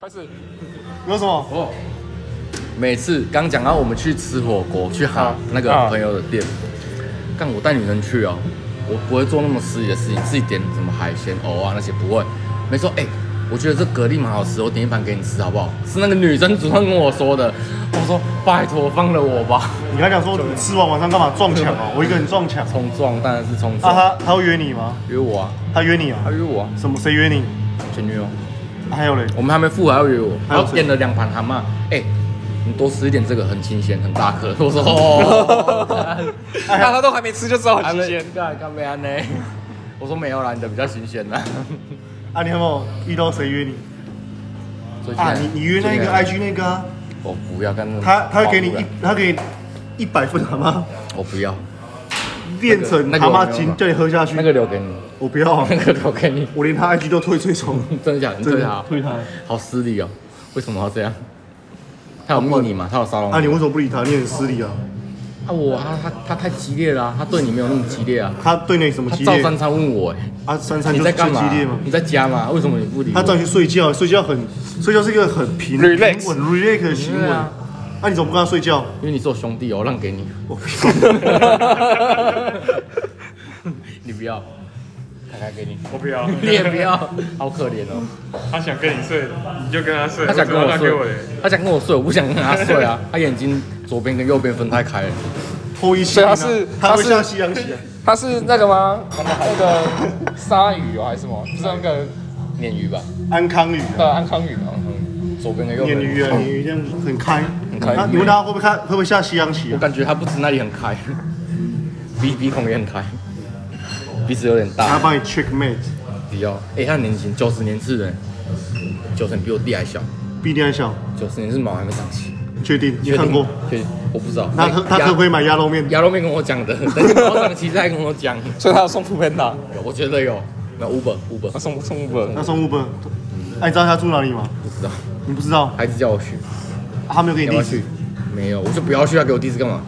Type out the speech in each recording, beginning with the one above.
开始，有什么？哦，每次刚讲到我们去吃火锅，去哈那个朋友的店，干我带女生去哦，我不会做那么私密的事情，自己点什么海鲜藕啊那些不会。没说，哎、我觉得这蛤蜊蛮好吃，我点一盘给你吃好不好？是那个女生主动跟我说的，我说拜托放了我吧，你刚讲说吃完晚上干嘛撞墙哦？我一个人撞墙。冲撞当然是冲啊撞，他他会约你吗？约我啊，他约你啊他？约我啊，什么谁约你？前女友，啊还有嘞，我们还没付还要约我，还然有后点了两盘蛤蟆，哎、你多吃一点，这个很清鲜，很大颗。我说哦，那他都还没吃就知道很新鲜。干干杯安呢？我说没有啦，你的比较新鲜啦。啊你有没有遇到谁约你？最近啊你你约那个 IG 那个啊，我不要干那种他他会给你暴露一啦他给你一百份蛤蟆我不要炼成那蛤个我没有蟆精了叫你喝下去那，个留给你， 我不要啊，那个留给你，我连他 IG 都退 追踪，真的假的？你真对的他退他。好失礼哦，为什么要这样？他有密你嘛？他有骚扰啊你你为什么不理他？你很失礼啊。啊？我啊，他他太激烈了啊，他对你没有那么激烈啊。他对你什么他激照烈？三餐问我，哎啊三餐你就在是干最嘛激烈吗？？你在家吗？为什么你不理他我？叫你去睡觉，睡觉很睡觉是一个很平 Relax 平稳 relax 的行为。对那、啊你怎么不跟他睡觉？因为你是我兄弟哦，我让给 你。 我不要，你不要，凯凯给你，我不要， 你也不要，好可怜哦。他想跟你睡，你就跟他睡。他想跟为我什么要让睡给我的，他想跟我睡，我不想跟他睡啊。他眼睛左边跟右边分太开了，脱衣性、啊。所以他会他是他是像西洋棋、啊，他是那个吗？那个鲨鱼哦，还是什么？就是那个鲶鱼吧，安康鱼、啊，呃安康鱼哦。左边跟右鲶边。鱼啊，鲶鱼这样很开。很开啊你问他会不会看，会不会下西洋棋我啊？感觉他不止那里很开，鼻鼻孔也很开，鼻子有点他大。帮你 checkmate，不要，哎，他很年轻，九十年次的，九十年比我弟还小，必定很小，九十年是毛还没长齐。确定？你确定看过？？对，我不知道。他哎可他可不可以以？买鸭肉面？鸭肉面跟我讲的，等你毛长齐再跟我 讲。所以他要送副片的，有我觉得有，那 Uber Uber 他送送五本。那送 Uber，哎、你知道他住哪里吗？不知道，你不知道？孩子叫我去。啊他没有给你你要不要地址去？？没有，我就不要去啊！给我地址干嘛？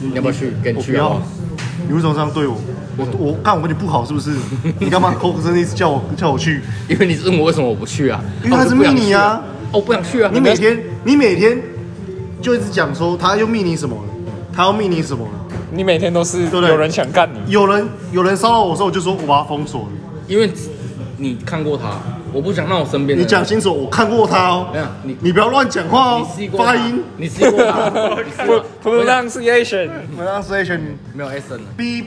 你要不要去？跟你我不去啊好不要好？，你为什么这样对我？我我看我跟你不好是不是？你干嘛口口声声一直叫我叫我去？因为你是问我为什么我不去啊？因为他是密密你啊！哦，我不想去啊！你每天你每天就一直讲说他又密你什么了，他又密你什么了。你每天都是对不对有人想干你，有人有人骚扰我的时候，我就说我把他封锁了。因为你看过他，我不想让我身边的你人讲清楚，我看过他哦没有。你你不要乱讲话你哦试，过他发音。，你试过他，你试 过他 pronunciation 我让 station 没有 S N， be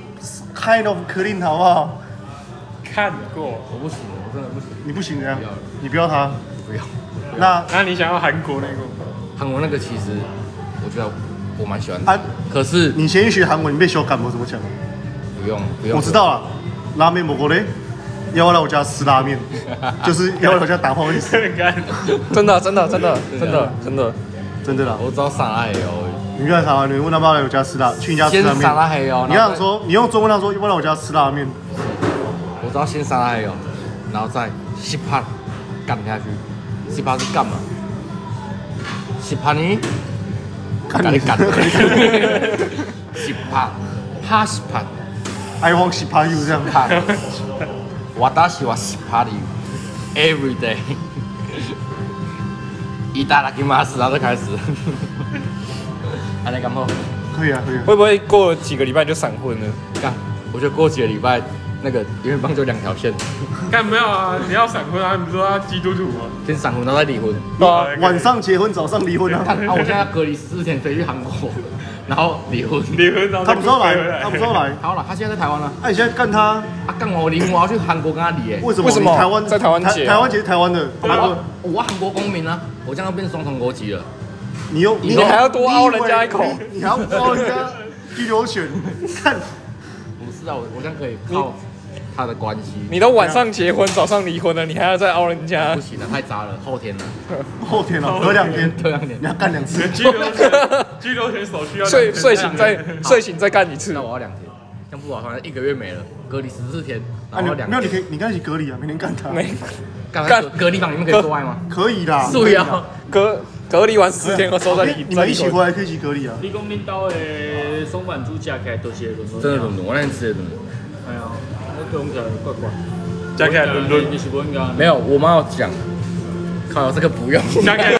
kind of clean 好不好？看过。我不行，我真的不行，你不行这样不要了，你不要他。不要。那那你想要韩国那个？韩国那个其实我觉得我蛮喜欢啊的，，可是你先去学韩文，你被修感我怎么讲？啊不用不用，我知道了，拉面蘑菇嘞，要来我家吃拉 面，就是要来我家打炮意思，真的，真的，真的，真的真的，真的。真的啦。啊我知道上海有，你在台湾，你问他要不要来我家吃拉，去你家吃哦先拉面上。海有，你哦然后想说，你用中文他说要不要来我家吃拉面，我知道先杀还有，哦然后再吸盘干下去。吸盘是干嘛？吸盘呢？干你干干的。 吸盘，哈吸盘， ，I want to p a you 这样。哈。我打喜欢吸盘的，every day。一大拉给马斯，然后就开始。安尼咁好，可以啊，可 以啊。会不会过几个礼拜就闪婚了？干，我觉得过几个礼拜，那个因为帮就两条线，干没有啊？你要闪婚啊？你不是说他基督徒吗？先闪婚，然后再离婚。对啊，晚上结婚，早上离 婚啊看。啊，我现在要隔离十四天飞去韩国，然后离婚。离婚然后他再不知道回啊 来，他不知道来。哎好了，他现在在台湾了。那你现在干他，啊，干我离婚，我要去韩国跟他离哎、为什么？为什么你台湾在台湾结啊台湾结是台湾的，韩韩国国，我韩国公民啊，我这样变双重国籍了。你又你还要多凹人家一口你你还要凹人家居留 权，看不是啊，我我这样可以靠他的关系。你都晚上结婚，早上离婚了，你还要再熬人家不？行啊了，太渣了，后天了，后天了，隔两天，隔两天你要干两次。居留权，居留权手续要 睡两千睡醒再两千睡醒再干一次那，我要两天，这样不好，反正一个月没了，隔离十四天，啊，然你后两没有，你可天。以，你跟他一起隔离啊，每天干他。没干干隔隔离房里面可以做爱 吗？啊可以啦，素可以呀啦，隔隔离完十天后之后再你离你再们一离起婚。回来可以一起隔离啊。你讲恁兜的松板猪食起来都是会轮真的轮。伦伦，我那天吃的伦伦。哎呀，我讲起来怪怪。加起来哎轮轮，你是不应该。没有，我妈有讲，靠，这个不用。 大概